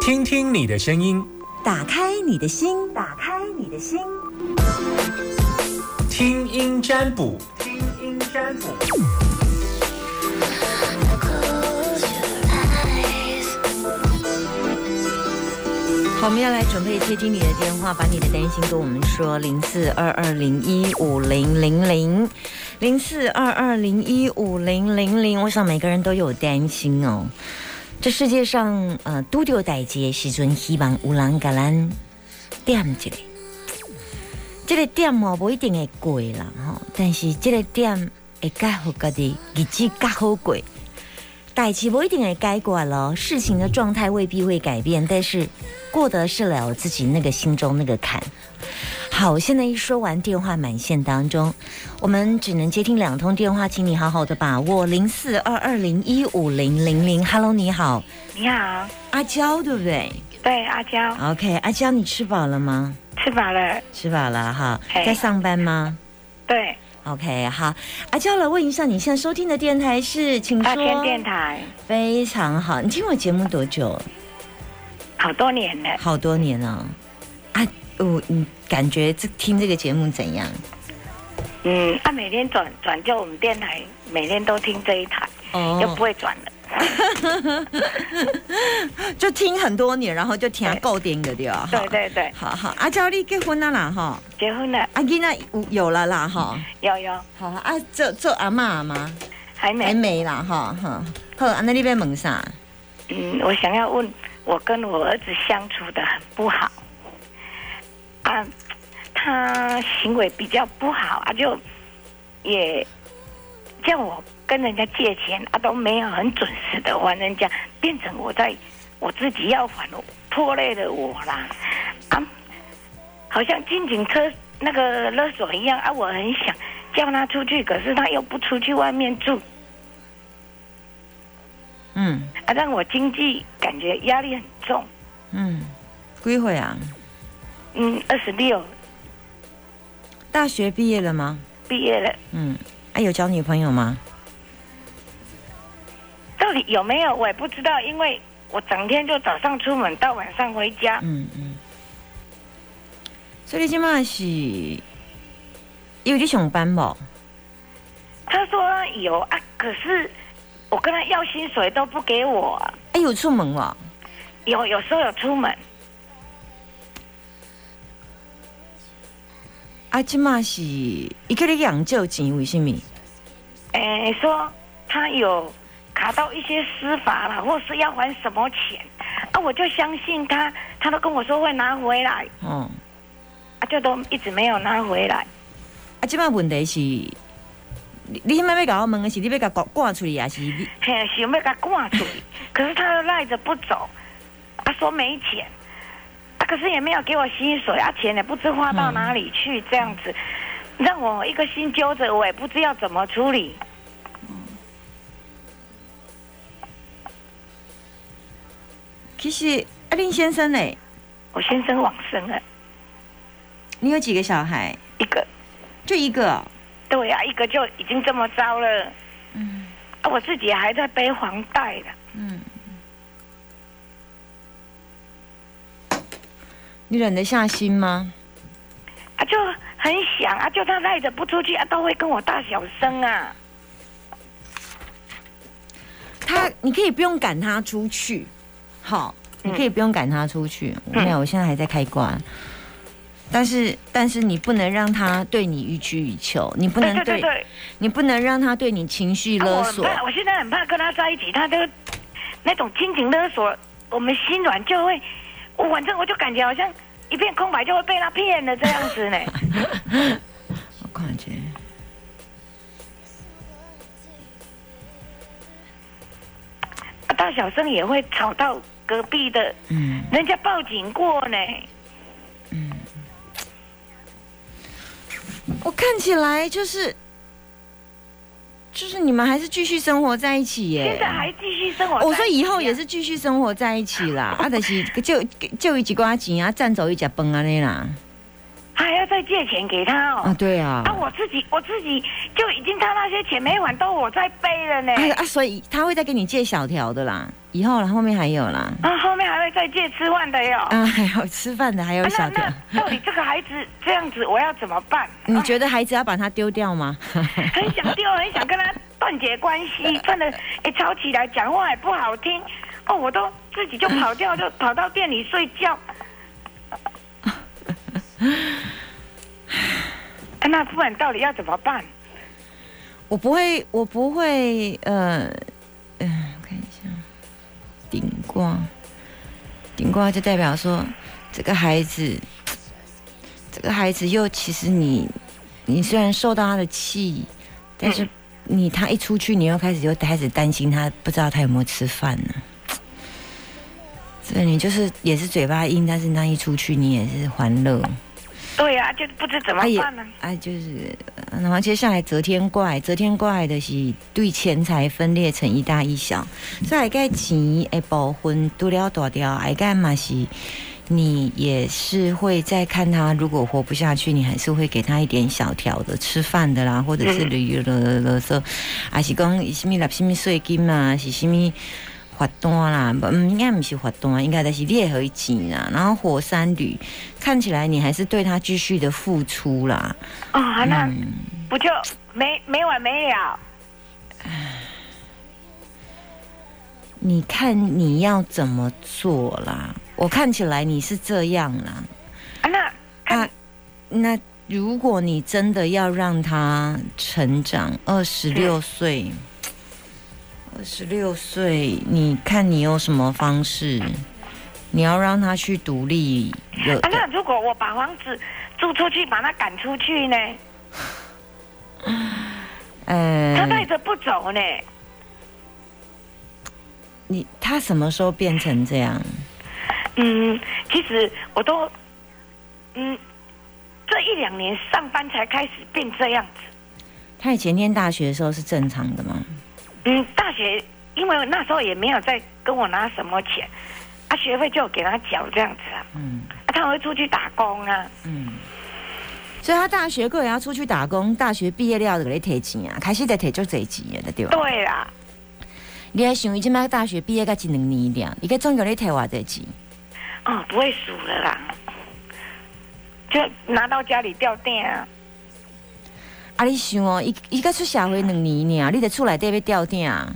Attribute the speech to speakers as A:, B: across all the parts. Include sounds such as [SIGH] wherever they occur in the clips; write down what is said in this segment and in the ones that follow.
A: 听听你的声音，
B: 打开你的心，打开你的心，
A: 听音占卜，听音占卜。
B: 好，我们要来准备接听你的电话，把你的担心跟我们说，零四二二零一五零零零，零四二二零一五零零零。我想每个人都有担心哦。这世界上，呃，拄着代志的时阵，希望有人甲咱点一个，这个点哦，不一定会过啦吼，但是这个点会较好家己日子较好过。代志不一定会改过咯，事情的状态未必会改变，但是过得是了自己那个心中那个坎。好，现在一说完电话满线当中，我们只能接听两通电话，请你好好的把握零四二二零一五零零零。Hello，你好，
C: 你好，
B: 阿娇对不对
C: 对阿娇，
B: ？OK，阿娇，你吃饱了吗？
C: 吃饱了，
B: 吃饱了哈，
C: 哎
B: 在上班吗
C: 对，
B: ？OK，好，阿娇来问一下，你现在收听的电台是？请说。
C: 大千啊电台
B: 非常好，你听我节目多久了？
C: 好多年了，
B: 好多年了、啊，我你感觉这听这个节目怎样？
C: 嗯，啊，每天转转就我们电台，每天都听这一台，
B: 哦
C: 就不会转了，
B: 就听很多年，然后就听够点个对吧？哈
C: 对，对对，
B: 好好，阿娇你结婚了啦哈，
C: 结婚了，
B: 阿囡仔有有了啦哈，
C: 有有，
B: 好啊，做做阿嬷阿妈
C: 还没
B: 还，没啦哈哈，好，安那你要问啥？
C: 嗯，我想要问，我跟我儿子相处的很不好，啊，他行为比较不好啊，就也叫我跟人家借钱啊，都没有很准时的还人家，变成我在我自己要还，拖累了我啦，啊，好像进警车那个勒索一样啊，我很想叫他出去，可是他又不出去外面住。
B: 嗯
C: 啊，让我经济感觉压力很重。
B: 嗯，几岁啊？
C: 嗯，二十六
B: 大学毕业了吗？
C: 毕业了，
B: 嗯，啊有交女朋友吗？
C: 到底有没有我也不知道，因为我整天就早上出门到晚上回家，
B: 嗯嗯，所以你即满是伊有咧上班无？
C: 他说有啊，可是我跟他要薪水都不给我，
B: 哎，有出门无？
C: 有有时候有出门，
B: 啊，即满是伊叫你养借钱，为什么？
C: 诶、说他有卡到一些司法啦，或是要还什么钱啊，我就相信他，他都跟我说会拿回来，
B: 哦，
C: 啊，就都一直没有拿回来。
B: 啊，即满问题是，你你迄摆要甲我问的是，你要甲赶赶出去，还是你？
C: 嘿，想要给他挂
B: [LAUGHS]
C: 出去，可是他又赖着不走，他、说没钱，啊，可是也没有给我薪水，啊，钱也不知花到哪里去，这样子，让我一个心揪着，我也不知要怎么处理。
B: 其实啊，林先生嘞，
C: 我先生往生了，
B: 你有几个小孩？
C: 一个，
B: 就一个哦、
C: 对啊，一个就已经这么糟了，啊，我自己还在背房贷了，
B: 嗯，你忍得下心吗？
C: 啊，就很想啊，就他赖着不出去啊，都会跟我大小声啊，
B: 他，你可以不用赶他出去，好，你可以不用赶他出去。
C: 嗯
B: 没有，我现在还在开关，但是但是你不能让他对你予取予求，你不
C: 对
B: 能
C: 哎对对对。
B: 你不能让他对你情绪
C: 啊
B: 勒
C: 我很
B: 索。
C: 怕，我现在很怕跟他在一起，他都那种亲情勒索，我们心软就会，我反正我就感觉好像一片空白，就会被他骗了这样
B: [LAUGHS]
C: 子呢。
B: 我感觉。
C: 啊大小声也会吵到隔壁的，
B: 嗯，
C: 人家报警过呢。
B: 我看起来就是，就是你们还是继续生活在一起耶。
C: 现在还继续生活在一起啊。
B: 我说哦以后也是继续生活在一起
C: [LAUGHS]
B: 啦，啊，就是就就一几瓜钱啊，占走一家崩啊那啦，
C: 还要再借钱给他
B: 啊，
C: 哦。
B: 对啊，
C: 啊，我自己我自己就已经他那些钱没还，都我在背了呢。
B: 哎啊啊，所以他会再跟你借小条的啦，以后了，后面还有啦。
C: 啊，后面还会再借吃饭的哟。
B: 啊，还有吃饭的，还有
C: 哦啊
B: 小的。
C: 那那到底这个孩子这样子，我要怎么办？啊
B: 你觉得孩子要把它丢掉吗？
C: 很想丢，很想跟他断绝关系，真的，哎、吵起来讲话也不好听，哦，我都自己就跑掉，就跑到店里睡觉。啊那不然到底要怎么办？
B: 我不会，我不会，呃，嗯、我看一下，顶挂，顶挂就代表说这个孩子，这个孩子又其实你，你虽然受到他的气，但是你他一出去，你又开始又开始担心他不知道他有没有吃饭呢、这你就是也是嘴巴硬，但是他一出去你也是欢乐。
C: 对呀、就不知怎么
B: 啊也
C: 办呢、
B: 啊，就是，呃然后接下来择天怪，择天怪的是对钱财分裂成一大一小，所以该钱诶部分多了多掉，哎干嘛是，你也是会再看他，如果活不下去，你还是会给他一点小条的，吃饭的啦，或者是旅游的垃圾，还是讲什么啦，什么税金啦，是什么。罚单啦，不嗯，应该不是罚单，应该的是列回钱啦。然后火山旅，看起来你还是对他继续的付出啦。
C: 啊、那不就没没完没了？
B: 你看你要怎么做啦？我看起来你是这样啦。
C: 啊，那看、
B: 啊，那如果你真的要让他成长，二十
C: 嗯
B: 六岁，二十六岁，你看你有什么方式？你要让他去独立，有
C: 啊，那如果我把房子租出去，把他赶出去呢？他带
B: 呃，
C: 着不走呢？
B: 你他什么时候变成这样？
C: 嗯，其实我都，嗯，这一两年上班才开始变这样子。
B: 他以前念大学的时候是正常的吗？
C: 嗯，大学因为那时候也没有在跟我拿什么钱，啊，学费就给他缴这样子啊，
B: 嗯
C: 啊他会出去打工啊，
B: 嗯，所以他大学个人要出去打工，大学毕业了就给你摕钱啊，开始在摕足侪钱的对吧？
C: 对啦，
B: 你还想伊即摆大学毕业才一两年俩，伊个总共咧摕偌济钱？
C: 哦，不会数了啦，就拿到家里吊电啊，
B: 啊，你想哦，伊伊个出社会两年尔，你伫厝内底要吊顶啊？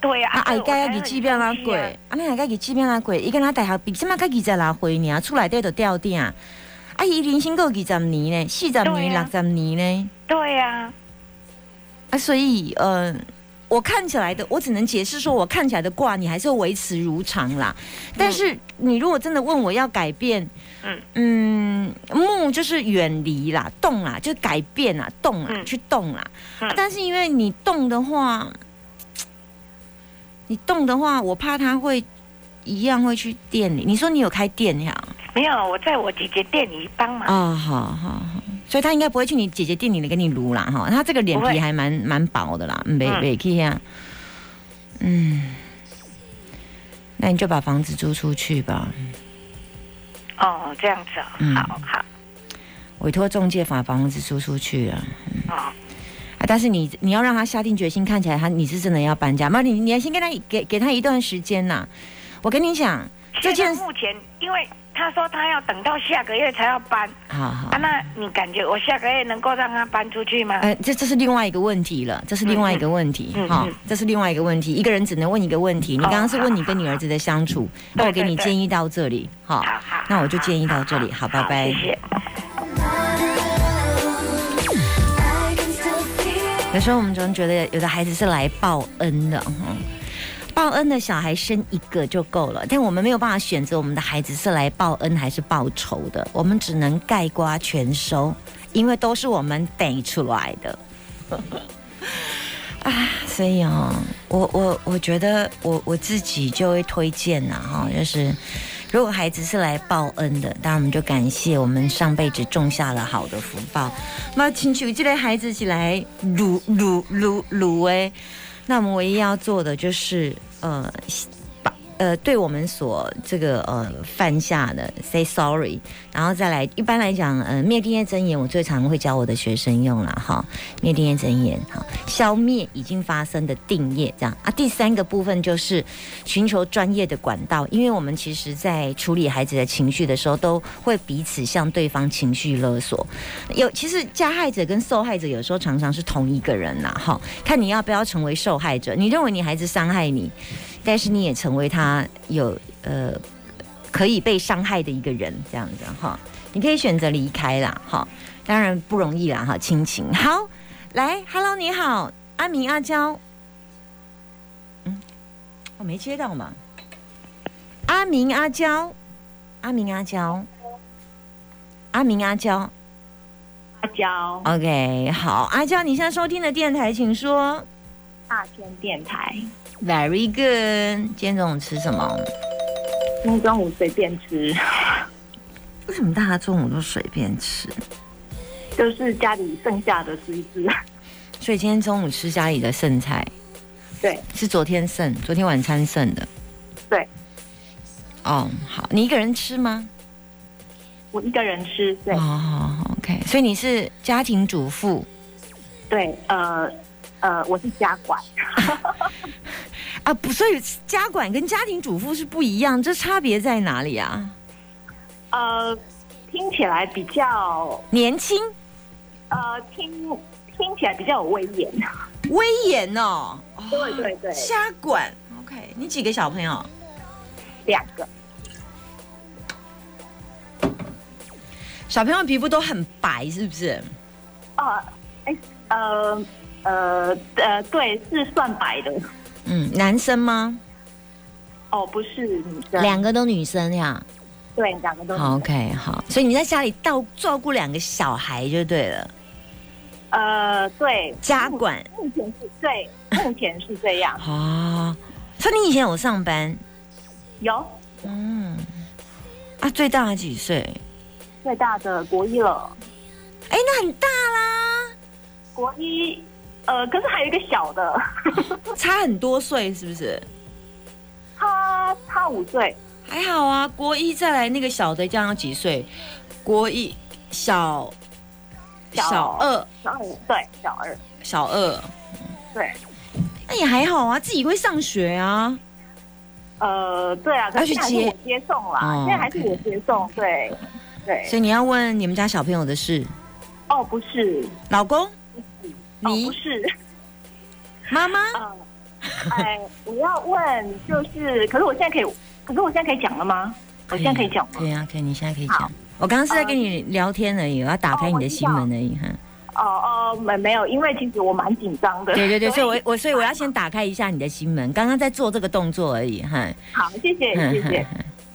C: 对啊，
B: 啊，啊，伊
C: 所以
B: 家
C: 我才
B: 己
C: 很
B: 志变哪
C: 生气
B: 过？
C: 啊
B: 啊，你家己志变哪过？伊敢若大学毕，即摆才二十六岁尔，厝内底就吊顶啊！啊，伊人生够二十年呢，四十年、
C: 对啊
B: 六十年呢。
C: 对啊，
B: 啊，所以呃，我看起来的，我只能解释说，我看起来的卦你还是会维持如常啦。但是你如果真的问我要改变，嗯
C: 嗯
B: 木就是远离啦，动啦，就改变啦，动啦，
C: 嗯
B: 去动啦。啊
C: 嗯
B: 但是因为你动的话，你动的话，我怕他会一样会去店里。你说你有开店呀？
C: 没有，我在我姐姐店里帮忙。
B: 啊、好好好，所以他应该不会去你姐姐店里给你撸啦哈，他这个脸
C: 不
B: 皮
C: 会
B: 还蛮蛮薄的啦，没
C: 嗯
B: 没去啊，嗯，那你就把房子租出去吧，
C: 哦，这样子、哦，
B: 啊嗯
C: 好好
B: 委托中介把房子租出去啊。
C: 哦，
B: 啊！但是你你要让他下定决心，看起来他你是真的要搬家，那你你要先跟他给给他一段时间呐、我跟你讲，这
C: 现在
B: 件
C: 目前，因为他说他要等到下个月才要搬
B: 好好
C: 啊，，那你感觉我下个月能够让他搬出去吗？
B: 呃，这这是另外一个问题了，这是另外一个问题
C: 嗯，嗯
B: 哈、
C: 嗯哦
B: 这是另外一个问题，一个人只能问一个问题。你刚刚是问你跟你儿子的相处，那我给你
C: 对对
B: 建议到这里，好
C: 好好，
B: 那我就建议到这里，好，拜拜。
C: 谢谢。
D: I can still feel
B: 有时候我们总觉得有的孩子是来报恩的，哈。报恩的小孩生一个就够了，但我们没有办法选择我们的孩子是来报恩还是报仇的，我们只能盖瓜全收，因为都是我们逮出来的。啊，所以哦，我我我觉得我我自己就会推荐呐、哈、就是如果孩子是来报恩的，当然我们就感谢我们上辈子种下了好的福报。那请求这类孩子起来撸撸撸撸哎，那我们唯一要做的就是呃，把呃对我们所这个呃犯下的 say sorry，然后再来一般来讲呃灭定业真言，我最常会教我的学生用了哈，灭定业真言哈，消灭已经发生的定业这样啊。第三个部分就是寻求专业的管道，因为我们其实在处理孩子的情绪的时候，都会彼此向对方情绪勒索，有其实加害者跟受害者有时候常常是同一个人呐，哈，看你要不要成为受害者。你认为你孩子伤害你，但是你也成为他有呃可以被伤害的一个人，这样子哈。你可以选择离开啦，哈，当然不容易啦，哈，亲情。好，来，Hello，你好，阿明阿娇，嗯，我没接到嘛。阿明阿娇，阿明阿娇，阿明阿娇，
E: 阿娇
B: OK，好，阿娇，你现在收听的电台，请说。
E: 大千电台，
B: Very good，今天中午吃什么？
E: 今天中午随便吃，
B: 为什么大家中午都随便吃？
E: 就是家里剩下的吃一吃。
B: 所以今天中午吃家里的剩菜，
E: [LAUGHS] 对，
B: 是昨天剩，昨天晚餐剩的。
E: 对。
B: 哦，好，你一个人吃吗？
E: 我一个人吃，对、
B: 哦，OK，所以你是家庭主妇
E: 对，呃呃，我是家管，
B: 啊？不，所以家管跟家庭主妇是不一样，这差别在哪里啊？
E: 呃，听起来比较
B: 年轻、
E: 呃听听起来比较有威严。
B: 威严哦，哦
E: 对对对
B: 家管。OK，你几个小朋友？
E: 两个，
B: 小朋友皮肤都很白，是不是？
E: 呃，哎，呃呃呃，对，是算白的，
B: 嗯，男生吗？
E: 哦，不是女生，
B: 两个都女生呀。
E: 对，两个都是
B: 好 OK，好，所以你在家里照照顾两个小孩就对了，
E: 呃，对，
B: 家管
E: 目前是对，目前是这样，
B: 哦。所以你以前有上班？
E: 有
B: 嗯。啊，最大几岁？
E: 最大的国一了。
B: 哎，那很大啦，
E: 国一，呃，可是还有一个小的， [LAUGHS]
B: 差很多岁是不是？
E: 他他五岁，
B: 还好啊，国一再来那个小的，这样要几岁？国一小
E: 小
B: 小二
E: 小二对，小二
B: 小二，
E: 对，
B: 那也还好啊，自己会上学啊。
E: 呃，对啊，可
B: 要
E: 是
B: 去
E: 现
B: 接
E: 在还是我接送啦，
B: 哦
E: 现在还是我接送，对
B: 所
E: 对，
B: 以你要问你们家小朋友的事，
E: 哦，不是，
B: 老公、
E: 哦
B: 你
E: 不是，
B: 妈妈，
E: 呃，哎，我要问就是，可是我现在可以，可是我现在可以讲了吗？我现在可以讲吗
B: 可？以啊，可以，你现在可以
E: 好
B: 讲。我刚刚是在跟你聊天而已，我要打开你的心门而已哈。
E: 哦哦，没没有，因为其实我蛮紧张的。
B: 呃对对对，所以
E: 所
B: 我
E: 以
B: 我所以我要先打开一下你的心门，刚刚在做这个动作而已哈。
E: 好，谢谢谢谢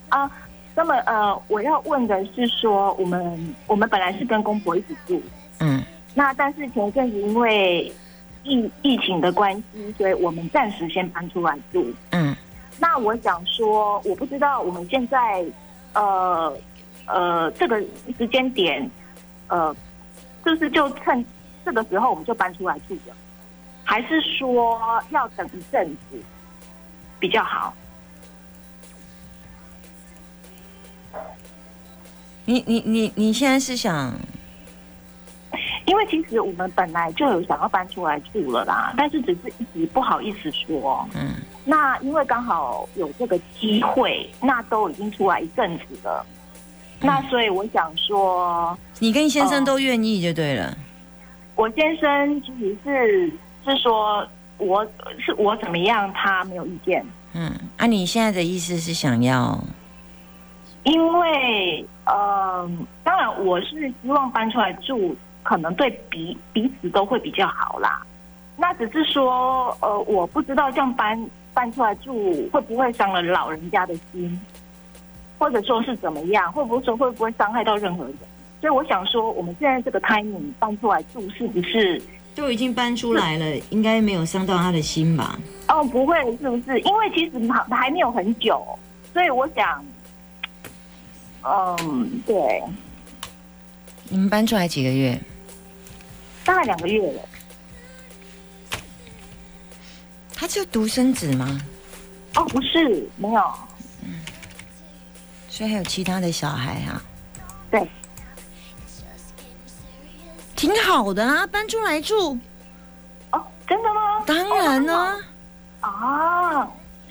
E: 啊。那么呃，我要问的是说，我们我们本来是跟公婆一起住，
B: 嗯，
E: 那但是前一阵子因为疫疫情的关系，所以我们暂时先搬出来住。
B: 嗯
E: 那我想说，我不知道我们现在呃呃这个时间点，呃，就是就趁这个时候我们就搬出来住了，还是说要等一阵子比较好？
B: 你你你你现在是想
E: 因为其实我们本来就有想要搬出来住了啦，但是只是一直不好意思说。
B: 嗯
E: 那因为刚好有这个机会，那都已经出来一阵子了，那所以我想说，
B: 你跟先生
E: 哦
B: 都愿意就对了。
E: 我先生其实是是说我是我怎么样，他没有意见，
B: 嗯，啊，你现在的意思是想要
E: 因为呃，当然我是希望搬出来住，可能对彼彼此都会比较好啦。那只是说，呃，我不知道这样搬搬出来住会不会伤了老人家的心，或者说是怎么样，会不会说会不会伤害到任何人？所以我想说，我们现在这个 timing 搬出来住是不是？
B: 都已经搬出来了，应该没有伤到他的心吧？
E: 哦，不会，是不是？因为其实还还没有很久，所以我想，嗯，对，
B: 你们搬出来几个月？
E: 大概两个月了。
B: 他就独生子吗？
E: 哦，不是，没有，
B: 所以还有其他的小孩啊，
E: 对，
B: 挺好的啊，搬出来住，
E: 哦，真的吗？哦
B: 当然啊呢、。
E: 啊，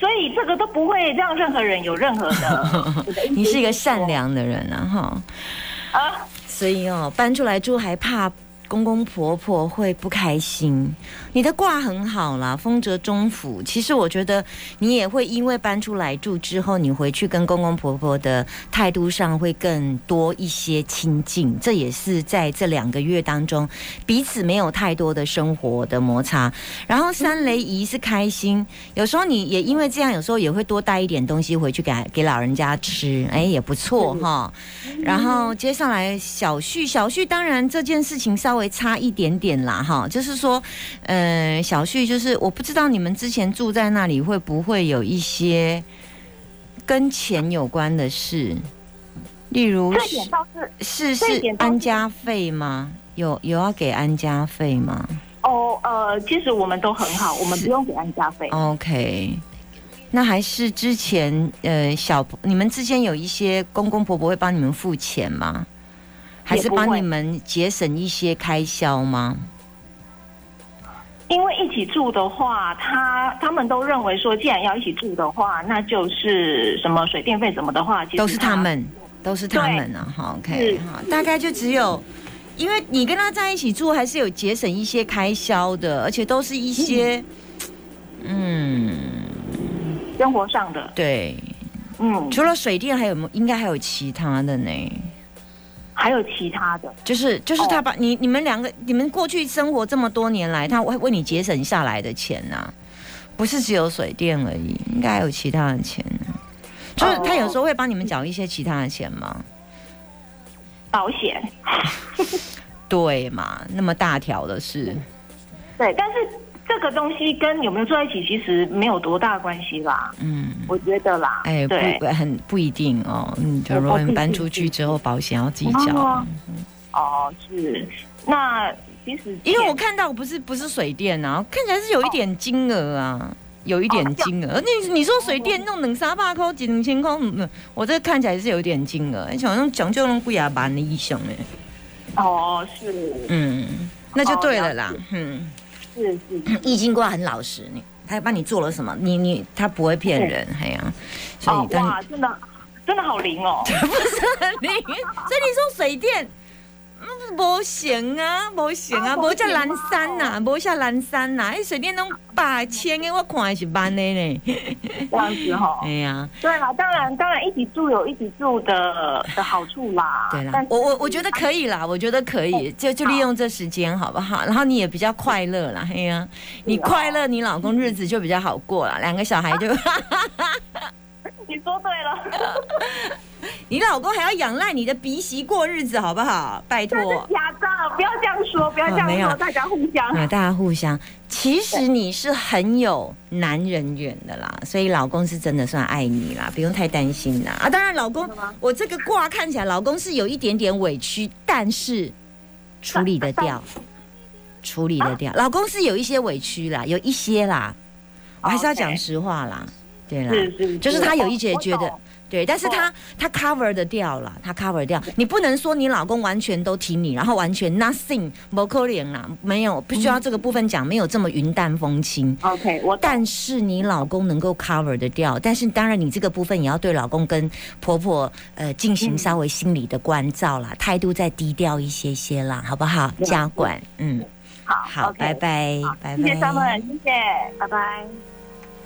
E: 所以这个都不会让任何人有任何的
B: [LAUGHS]
E: 呃
B: 你是一个善良的人啊，哈。
E: 啊，
B: 所以哦，搬出来住还怕公公婆婆会不开心。你的卦很好啦，风泽中府。其实我觉得你也会因为搬出来住之后，你回去跟公公婆婆的态度上会更多一些亲近。这也是在这两个月当中彼此没有太多的生活的摩擦。然后三雷仪是开心，有时候你也因为这样，有时候也会多带一点东西回去给给老人家吃，哎，也不错哈。然后接下来小旭，小旭当然这件事情稍微差一点点啦，哈，就是说，呃，小旭就是我不知道你们之前住在那里会不会有一些跟钱有关的事，例如
E: 这点倒是
B: 是
E: 这
B: 是
E: 一点倒是
B: 安家费吗？有有要给安家费吗
E: 哦，呃，其实我们都很好，我们不用给安家
B: 哦
E: 费。
B: ？OK。那还是之前呃，小你们之间有一些公公婆婆会帮你们付钱吗？还是
E: 也不会
B: 帮你们节省一些开销吗？
E: 因为一起住的话，他他们都认为说，既然要一起住的话，那就是什么水电费什么的话，其实
B: 都是他们，都是他们啊。好，OK，
E: 啊是
B: 好，大概就只有，因为你跟他在一起住，还是有节省一些开销的，而且都是一些，嗯，
E: 生活上的，
B: 对。
E: 嗯，
B: 除了水电，还有没有？应该还有其他的呢？
E: 还有其他的，
B: 就是就是他把、你你们两个你们过去生活这么多年来，他会为你节省下来的钱呐、不是只有水电而已，应该还有其他的钱、啊。就是他有时候会帮你们缴一些其他的钱吗？
E: 保险，
B: 对嘛，那么大条的事，
E: 对，但是这个东西跟有没有住在一起其实没有多大关系啦，
B: 嗯，
E: 我觉得啦，
B: 哎，不
E: 对，
B: 不很不一定哦。嗯，就如果你搬出去之后，保险要自己缴
E: 哦，哦，是，那其实
B: 因为我看到不是不是水电啊，看起来是有一点金额啊。有一点金额，你你说水电弄两三百块、一两千块，嗯我这看起来是有一点金额，而且好像讲究弄贵啊蛮的意向哎，
E: 哦是
B: 嗯，那就对了啦，
E: 哦了
B: 嗯，
E: 是是是
B: 易经卦很老实，你他帮你做了什么，你你他不会骗人，哎呀、所以
E: 哦
B: 但
E: 哇，真的真的好灵哦，
B: [LAUGHS] 不是很灵。所以你说水电，嗯，无行啊，无行啊，
E: 啊
B: 无
E: 无
B: 叫
E: 行
B: 蓝
E: 啊
B: 山呐、无叫蓝山呐、迄水电拢八千的，我看的是万的呢。
E: 这样子哈、
B: 哎呀，
E: 对啦，当然当然，一起住有一起住
B: [LAUGHS]
E: 的的好处啦。
B: 对啦
E: 但，是
B: 我我我觉得可以啦，我觉得可以，就就利用这时间好不好？然后你也比较快乐啦，哎呀，你快乐，你老公日子就比较好过了，两个小孩就，
E: 你说对了，
B: 你老公还要仰赖你的鼻息过日子好不好？拜
E: 真
B: 托
E: [LAUGHS] 的。假的？不要这样说，不要这样
B: 嗯没
E: 说，
B: 有
E: 大家互相。
B: 啊，大家互相。其实你是很有男人缘的啦，所以老公是真的算爱你啦，不用太担心啦。啊，当然，老公
E: 真的吗，
B: 我这个卦看起来老公是有一点点委屈，但是处理得掉，处理得掉。
E: 啊
B: 老公是有一些委屈啦，有一些啦，我还是要
E: 哦 OK
B: 讲实话啦，对啦，
E: 是是哦是
B: 就是他有一
E: 我
B: 些
E: 我
B: 觉得
E: 懂。
B: 对，但是他他 cover 得掉了，他 cover 掉。你不能说你老公完全都听你，然后完全 nothing 不可怜啦，没有，必须要这个部分讲，没有这么云淡风轻。
E: OK，我懂
B: 但是你老公能够 cover 得掉，但是当然你这个部分也要对老公跟婆婆呃进行稍微心理的关照啦，态度再低调一些些啦，好不好？
E: 嗯
B: 家管，嗯，
E: 好，
B: 好，
E: OK，
B: 拜拜
E: 好，
B: 拜拜，
E: 谢谢他们，谢谢，拜拜。